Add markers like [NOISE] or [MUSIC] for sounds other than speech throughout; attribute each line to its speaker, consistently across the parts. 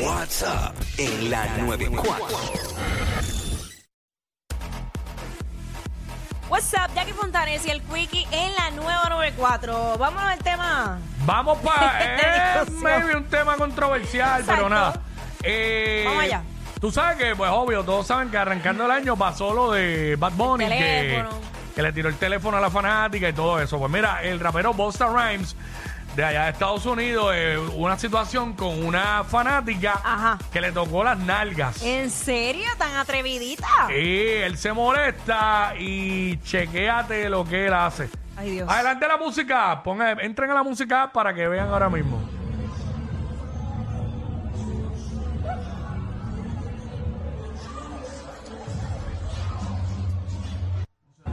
Speaker 1: WhatsApp en la 94.
Speaker 2: WhatsApp, Jackie Fontanes y el Quickie en la nueva 94. Vámonos al tema. [LAUGHS]
Speaker 3: Vamos para. Es
Speaker 2: Discusión.
Speaker 3: maybe un tema controversial,
Speaker 2: Exacto.
Speaker 3: pero nada. Eh,
Speaker 2: Vamos allá.
Speaker 3: Tú sabes que, pues obvio, todos saben que arrancando el año pasó lo de Bad Bunny,
Speaker 2: El
Speaker 3: que,
Speaker 2: teléfono.
Speaker 3: que le tiró el teléfono a la fanática y todo eso. Pues mira, el rapero Busta Rhymes de allá de Estados Unidos, eh, una situación con una fanática
Speaker 2: Ajá.
Speaker 3: que le tocó las nalgas.
Speaker 2: ¿En serio? ¿Tan atrevidita?
Speaker 3: Y él se molesta y chequéate lo que él hace.
Speaker 2: Ay, Dios.
Speaker 3: Adelante la música. Ponga, entren a la música para que vean ahora mismo.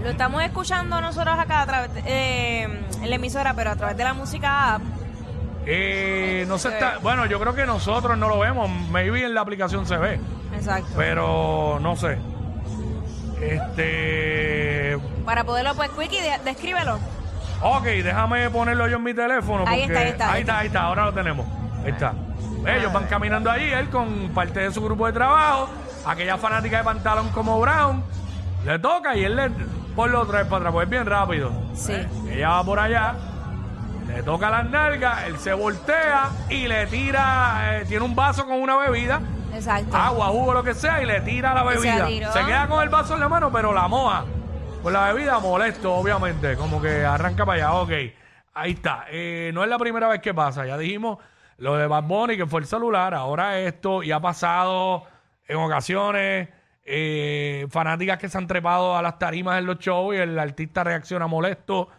Speaker 2: Lo estamos escuchando nosotros acá a través de eh, en la emisora, pero a través de la música app.
Speaker 3: Eh, no se
Speaker 2: Sí.
Speaker 3: está, bueno, yo creo que nosotros no lo vemos. Maybe en la aplicación se ve,
Speaker 2: Exacto.
Speaker 3: pero no sé. Este.
Speaker 2: Para poderlo, pues, Quickie, de- descríbelo.
Speaker 3: Ok, déjame ponerlo yo en mi teléfono.
Speaker 2: Ahí está, ahí
Speaker 3: porque-
Speaker 2: está, ahí
Speaker 3: Ahí está, ahí está, ahora lo tenemos. Ahí está. Ellos van caminando allí, él con parte de su grupo de trabajo, aquella fanática de pantalón como Brown, le toca y él le por los tres para atrás, pues es bien rápido.
Speaker 2: Sí.
Speaker 3: Ella va por allá, le toca las nalgas, él se voltea y le tira, eh, tiene un vaso con una bebida,
Speaker 2: Exacto.
Speaker 3: agua, jugo, lo que sea, y le tira la
Speaker 2: Y se
Speaker 3: bebida.
Speaker 2: atiró.
Speaker 3: queda con el vaso en la mano, pero la moja. Con la bebida molesto, obviamente, como que arranca para allá, ok. Ahí está, Eh, no es la primera vez que pasa, ya dijimos lo de Bad Bunny, que fue el celular, ahora esto, y ha pasado en ocasiones, eh, fanáticas que se han trepado a las tarimas en los shows y el artista reacciona molesto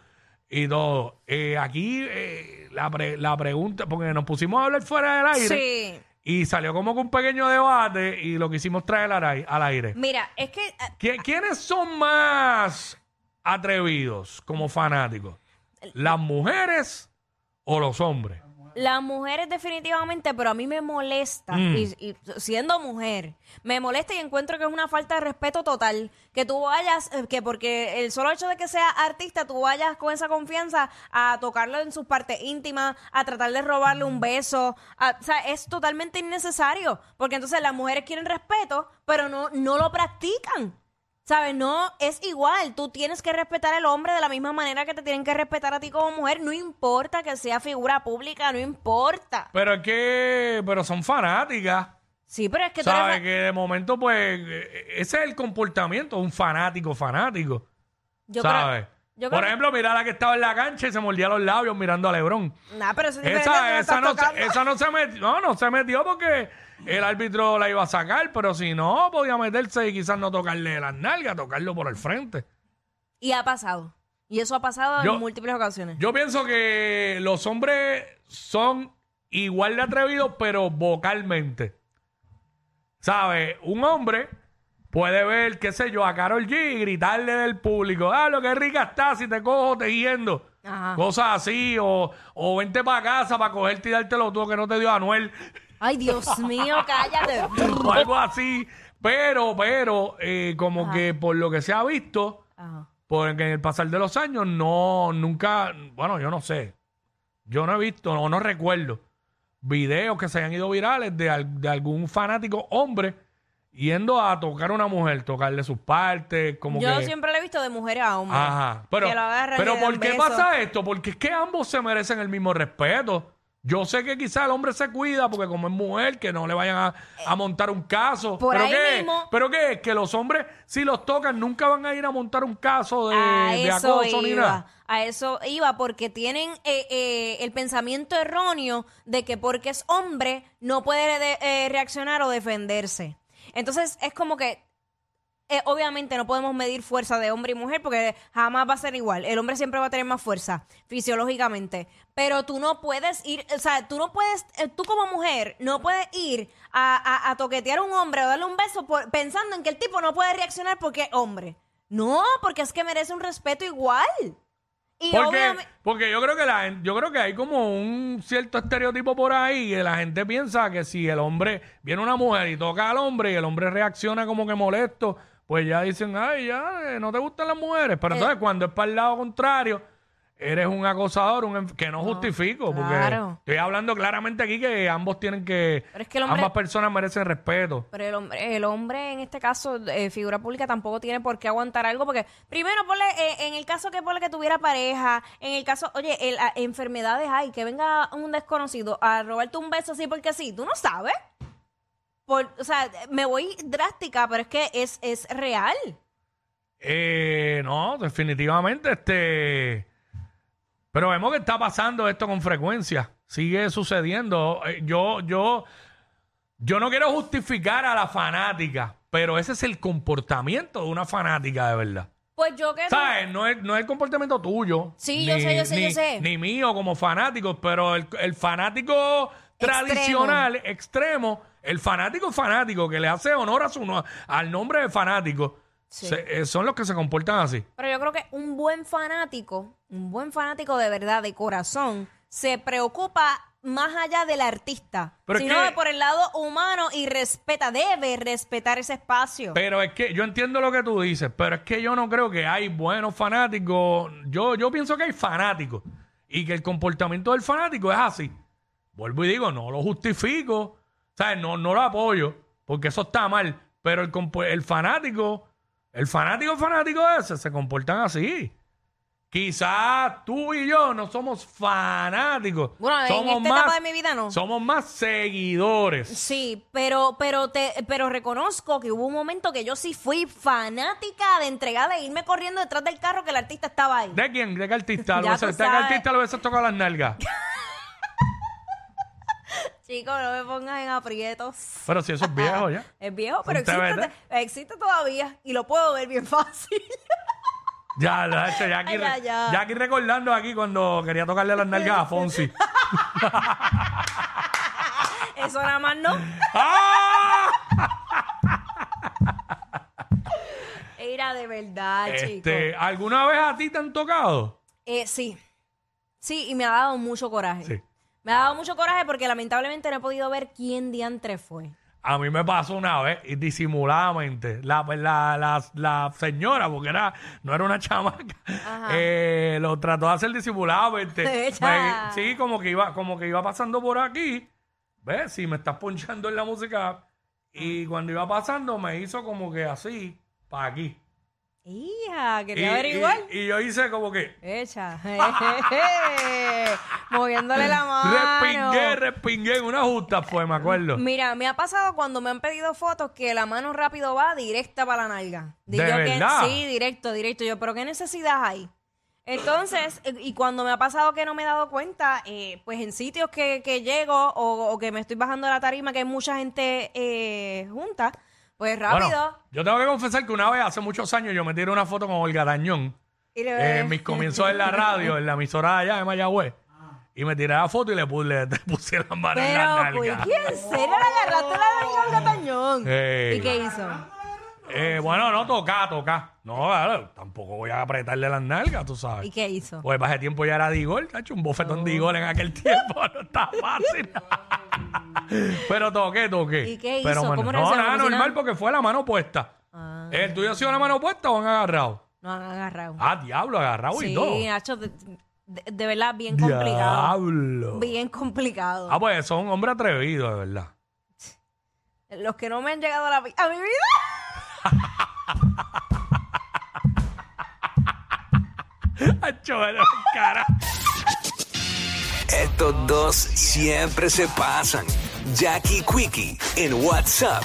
Speaker 3: y todo. Eh, aquí eh, la, pre- la pregunta, porque nos pusimos a hablar fuera del aire.
Speaker 2: Sí.
Speaker 3: Y salió como que un pequeño debate y lo quisimos traer al ai- al aire.
Speaker 2: Mira, es que ah,
Speaker 3: ¿Qui- ¿Quiénes son más atrevidos como fanáticos? ¿Las mujeres o los hombres?
Speaker 2: Las mujeres definitivamente, pero a mí me molesta,
Speaker 3: Mm.
Speaker 2: y, y siendo mujer, me molesta y encuentro que es una falta de respeto total, que tú vayas, eh, que porque el solo hecho de que sea artista, tú vayas con esa confianza a tocarlo en sus partes íntimas, a tratar de robarle un beso, a- o sea, es totalmente innecesario, porque entonces las mujeres quieren respeto, pero no, no lo practican. ¿Sabes? No, es igual. Tú tienes que respetar al hombre de la misma manera que te tienen que respetar a ti como mujer. No importa que sea figura pública, no importa.
Speaker 3: Pero es que, pero son fanáticas.
Speaker 2: Sí, pero es que tú eres
Speaker 3: ¿Sabes?
Speaker 2: fa-
Speaker 3: Que de momento, pues, eh, ese es el comportamiento de un fanático fanático.
Speaker 2: Yo
Speaker 3: ¿Sabes?
Speaker 2: creo. Yo creo
Speaker 3: Por ejemplo, mira la que estaba en la cancha y se mordía los labios mirando a Lebrón.
Speaker 2: que... Nah, pero eso es diferente a lo que
Speaker 3: Esa, esa,
Speaker 2: estás
Speaker 3: no, se-
Speaker 2: tocando.
Speaker 3: esa no se metió. No, no se metió porque el árbitro la iba a sacar, pero si no, podía meterse y quizás no tocarle las nalgas, tocarlo por el frente.
Speaker 2: Y ha pasado. Y eso ha pasado
Speaker 3: Yo-
Speaker 2: en múltiples ocasiones.
Speaker 3: Yo pienso que los hombres son igual de atrevidos, pero vocalmente. ¿Sabes? Un hombre puede ver, qué sé yo, a Carol G y gritarle del público, ah, lo que rica estás, si te cojo tejiendo.
Speaker 2: Ajá.
Speaker 3: Cosas así, o, o vente para casa para cogerte y dártelo tú que no te dio Anuel.
Speaker 2: Ay, Dios
Speaker 3: [LAUGHS]
Speaker 2: mío, cállate.
Speaker 3: o algo así. Pero, pero, eh, como que por lo que se ha visto,
Speaker 2: Ajá.
Speaker 3: porque en el pasar de los años, no, nunca, bueno, yo no sé. Yo no he visto, o no recuerdo, videos que se hayan ido virales de, al- de algún fanático hombre yendo a tocar a una mujer, tocarle sus partes, como
Speaker 2: Yo
Speaker 3: que.
Speaker 2: siempre lo he visto de mujer a hombre.
Speaker 3: Ajá. Pero,
Speaker 2: Que lo agarran y
Speaker 3: pero
Speaker 2: le dan
Speaker 3: ¿por qué
Speaker 2: besos.
Speaker 3: pasa esto? Porque es que ambos se merecen el mismo respeto. Yo sé que quizá el hombre se cuida porque como es mujer, que no le vayan a, a montar un caso.
Speaker 2: Eh, por
Speaker 3: ¿Pero
Speaker 2: ahí
Speaker 3: qué?
Speaker 2: mismo-
Speaker 3: ¿Pero qué? Que los hombres, si los tocan, nunca van a ir a montar un caso de,
Speaker 2: a
Speaker 3: de
Speaker 2: eso
Speaker 3: acoso ni
Speaker 2: iba,
Speaker 3: nada.
Speaker 2: A eso iba, porque tienen eh, eh, el pensamiento erróneo de que porque es hombre no puede de- eh, reaccionar o defenderse. Entonces es como que, eh, obviamente no podemos medir fuerza de hombre y mujer porque jamás va a ser igual. El hombre siempre va a tener más fuerza fisiológicamente. Pero tú no puedes ir, o sea, tú no puedes, eh, tú como mujer no puedes ir a, a- a toquetear a un hombre o darle un beso por- pensando en que el tipo no puede reaccionar porque es hombre. No, porque es que merece un respeto igual. Y
Speaker 3: Porque,
Speaker 2: obviamente...
Speaker 3: porque yo creo que la gen- yo creo que hay como un cierto estereotipo por ahí que la gente piensa que si el hombre viene una mujer y toca al hombre y el hombre reacciona como que molesto,
Speaker 2: Eh,
Speaker 3: pues ya dicen, ay, ya, eh, no te gustan las mujeres. Pero entonces cuando es para el lado contrario, eres un acosador, un enf- que no, justifico, porque
Speaker 2: Ah, claro.
Speaker 3: estoy hablando claramente aquí que ambos tienen que,
Speaker 2: Pero es que el hombre-
Speaker 3: ambas personas merecen respeto.
Speaker 2: Pero el hombre, el hombre en este caso, eh, figura pública, tampoco tiene por qué aguantar algo, porque primero, ponle, eh, en el caso que ponle que tuviera pareja, en el caso, oye, el- a- enfermedades hay, que venga un desconocido a robarte un beso así porque sí, tú no sabes. Por, o sea, me voy drástica, pero es que es, es real.
Speaker 3: Eh, no, definitivamente, este. Pero vemos que está pasando esto con frecuencia. Sigue sucediendo. Eh, yo, yo, yo no quiero justificar a la fanática, pero ese es el comportamiento de una fanática de verdad.
Speaker 2: Pues yo que...
Speaker 3: ¿Sabes? No es, no es el comportamiento tuyo.
Speaker 2: Sí, yo sé, yo sé, yo
Speaker 3: ni-
Speaker 2: sé.
Speaker 3: Ni mío como fanático, pero el, el fanático tradicional, extremo, el fanático fanático que le hace honor a su no- al nombre de fanático,
Speaker 2: Sí.
Speaker 3: se- eh, son los que se comportan así.
Speaker 2: Pero yo creo que un buen fanático, un buen fanático de verdad, de corazón, se preocupa más allá del artista,
Speaker 3: Pero es
Speaker 2: sino
Speaker 3: que-
Speaker 2: de por el lado humano y respeta, debe respetar ese espacio.
Speaker 3: Pero es que yo entiendo lo que tú dices, pero es que yo no creo que hay buenos fanáticos. Yo, yo pienso que hay fanáticos y que el comportamiento del fanático es así. Vuelvo y digo, no lo justifico, ¿sabes? No, no lo apoyo, porque eso está mal. Pero el, compo- el fanático, el fanático fanático ese, se comportan así. Quizás tú y yo no somos fanáticos.
Speaker 2: Bueno, en
Speaker 3: somos
Speaker 2: esta etapa de mi vida no.
Speaker 3: Somos más seguidores.
Speaker 2: Sí, pero pero te pero reconozco que hubo un momento que yo sí fui fanática de entregada e irme corriendo detrás del carro que el artista estaba ahí.
Speaker 3: ¿De quién? ¿De qué artista?
Speaker 2: [LAUGHS] Ya
Speaker 3: ¿Lo hubiese-
Speaker 2: tú
Speaker 3: ¿De qué
Speaker 2: sabes.
Speaker 3: artista lo hubiese tocado las nalgas?
Speaker 2: Chicos, no me pongas en aprietos.
Speaker 3: Pero si eso es viejo ya.
Speaker 2: Es viejo, pero
Speaker 3: Ponte
Speaker 2: existe,
Speaker 3: verde.
Speaker 2: existe todavía y lo puedo ver bien [LAUGHS] fácil.
Speaker 3: Ya, lo ha hecho. Ya
Speaker 2: [LAUGHS]
Speaker 3: aquí,
Speaker 2: Ay, ya, ya.
Speaker 3: ya aquí recordando aquí cuando quería tocarle las
Speaker 2: [LAUGHS]
Speaker 3: nalgas a Fonsi.
Speaker 2: Eso nada más no.
Speaker 3: ¡Ah!
Speaker 2: Era de verdad,
Speaker 3: Este,
Speaker 2: chico.
Speaker 3: ¿Alguna vez a ti te han tocado?
Speaker 2: Eh, sí. Sí, y me ha dado mucho coraje.
Speaker 3: Sí.
Speaker 2: Me ha dado mucho coraje porque lamentablemente no he podido ver quién diantre fue.
Speaker 3: A mí me pasó una vez, y disimuladamente, la, la, la, la señora, porque era, no era una [LAUGHS] chamaca, eh, lo trató de hacer
Speaker 2: [LAUGHS]
Speaker 3: disimuladamente.
Speaker 2: Ella.
Speaker 3: Me- sí, como que iba, como que iba pasando por aquí. ¿Ves? Si me estás ponchando en la música. Y cuando iba pasando, me hizo como que así, para aquí.
Speaker 2: Hija,
Speaker 3: Y-
Speaker 2: quería averiguar.
Speaker 3: Y, y yo hice como que. [LAUGHS]
Speaker 2: Echa. [LAUGHS] Moviéndole la mano.
Speaker 3: Respingué, respingué. en Una justa fue, me acuerdo.
Speaker 2: Mira, me ha pasado cuando me han pedido fotos que la mano rápido va directa para la nalga.
Speaker 3: ¿De
Speaker 2: yo
Speaker 3: verdad?
Speaker 2: Que, sí, directo, directo. Yo, pero ¿qué necesidad hay? Entonces, eh, y cuando me ha pasado que no me he dado cuenta, eh, pues en sitios que, que llego o, o que me estoy bajando de la tarima, que hay mucha gente eh, junta, pues rápido.
Speaker 3: Bueno, yo tengo que confesar que una vez, hace muchos años, yo me tiré una foto con Olga Dañón.
Speaker 2: y le
Speaker 3: eh, en mis comienzos en la radio, en la emisora de allá de Mayagüez. Y me tiré la foto y le puse, le, [LAUGHS] le puse la mano en la
Speaker 2: Pero,
Speaker 3: nalga.
Speaker 2: pues, ¿quién será? Le agarraste la nalga al gatañón.
Speaker 3: Ey.
Speaker 2: ¿Y qué hizo?
Speaker 3: Eh, bueno, no, toca, toca. No, claro, tampoco voy a apretarle las nalgas, tú sabes.
Speaker 2: ¿Y qué Oh. hizo?
Speaker 3: Pues para ese tiempo ya era Digol, hecho un bofetón Digol en aquel tiempo, [LAUGHS] no está fácil. [LAUGHS] Pero toqué, toqué.
Speaker 2: ¿Y qué
Speaker 3: Pero,
Speaker 2: hizo?
Speaker 3: mano,
Speaker 2: ¿Cómo
Speaker 3: no,
Speaker 2: reaccionó?
Speaker 3: nada,
Speaker 2: ¿Cómo si
Speaker 3: normal
Speaker 2: nada?
Speaker 3: porque fue la mano opuesta.
Speaker 2: Ah,
Speaker 3: ¿El tuyo ha sido la mano opuesta o han agarrado?
Speaker 2: no han agarrado.
Speaker 3: Ah, diablo, agarrado y
Speaker 2: Sí,
Speaker 3: todo.
Speaker 2: Nacho, de, de- de verdad, bien complicado.
Speaker 3: Diablo.
Speaker 2: Bien complicado.
Speaker 3: Ah, pues son hombres atrevidos, de verdad.
Speaker 2: Los que no me han llegado a, la, vi- a mi vida.
Speaker 3: [LAUGHS] Hacho, pero, oh, cara.
Speaker 1: Estos dos siempre se pasan. Jackie Quickie en WhatsApp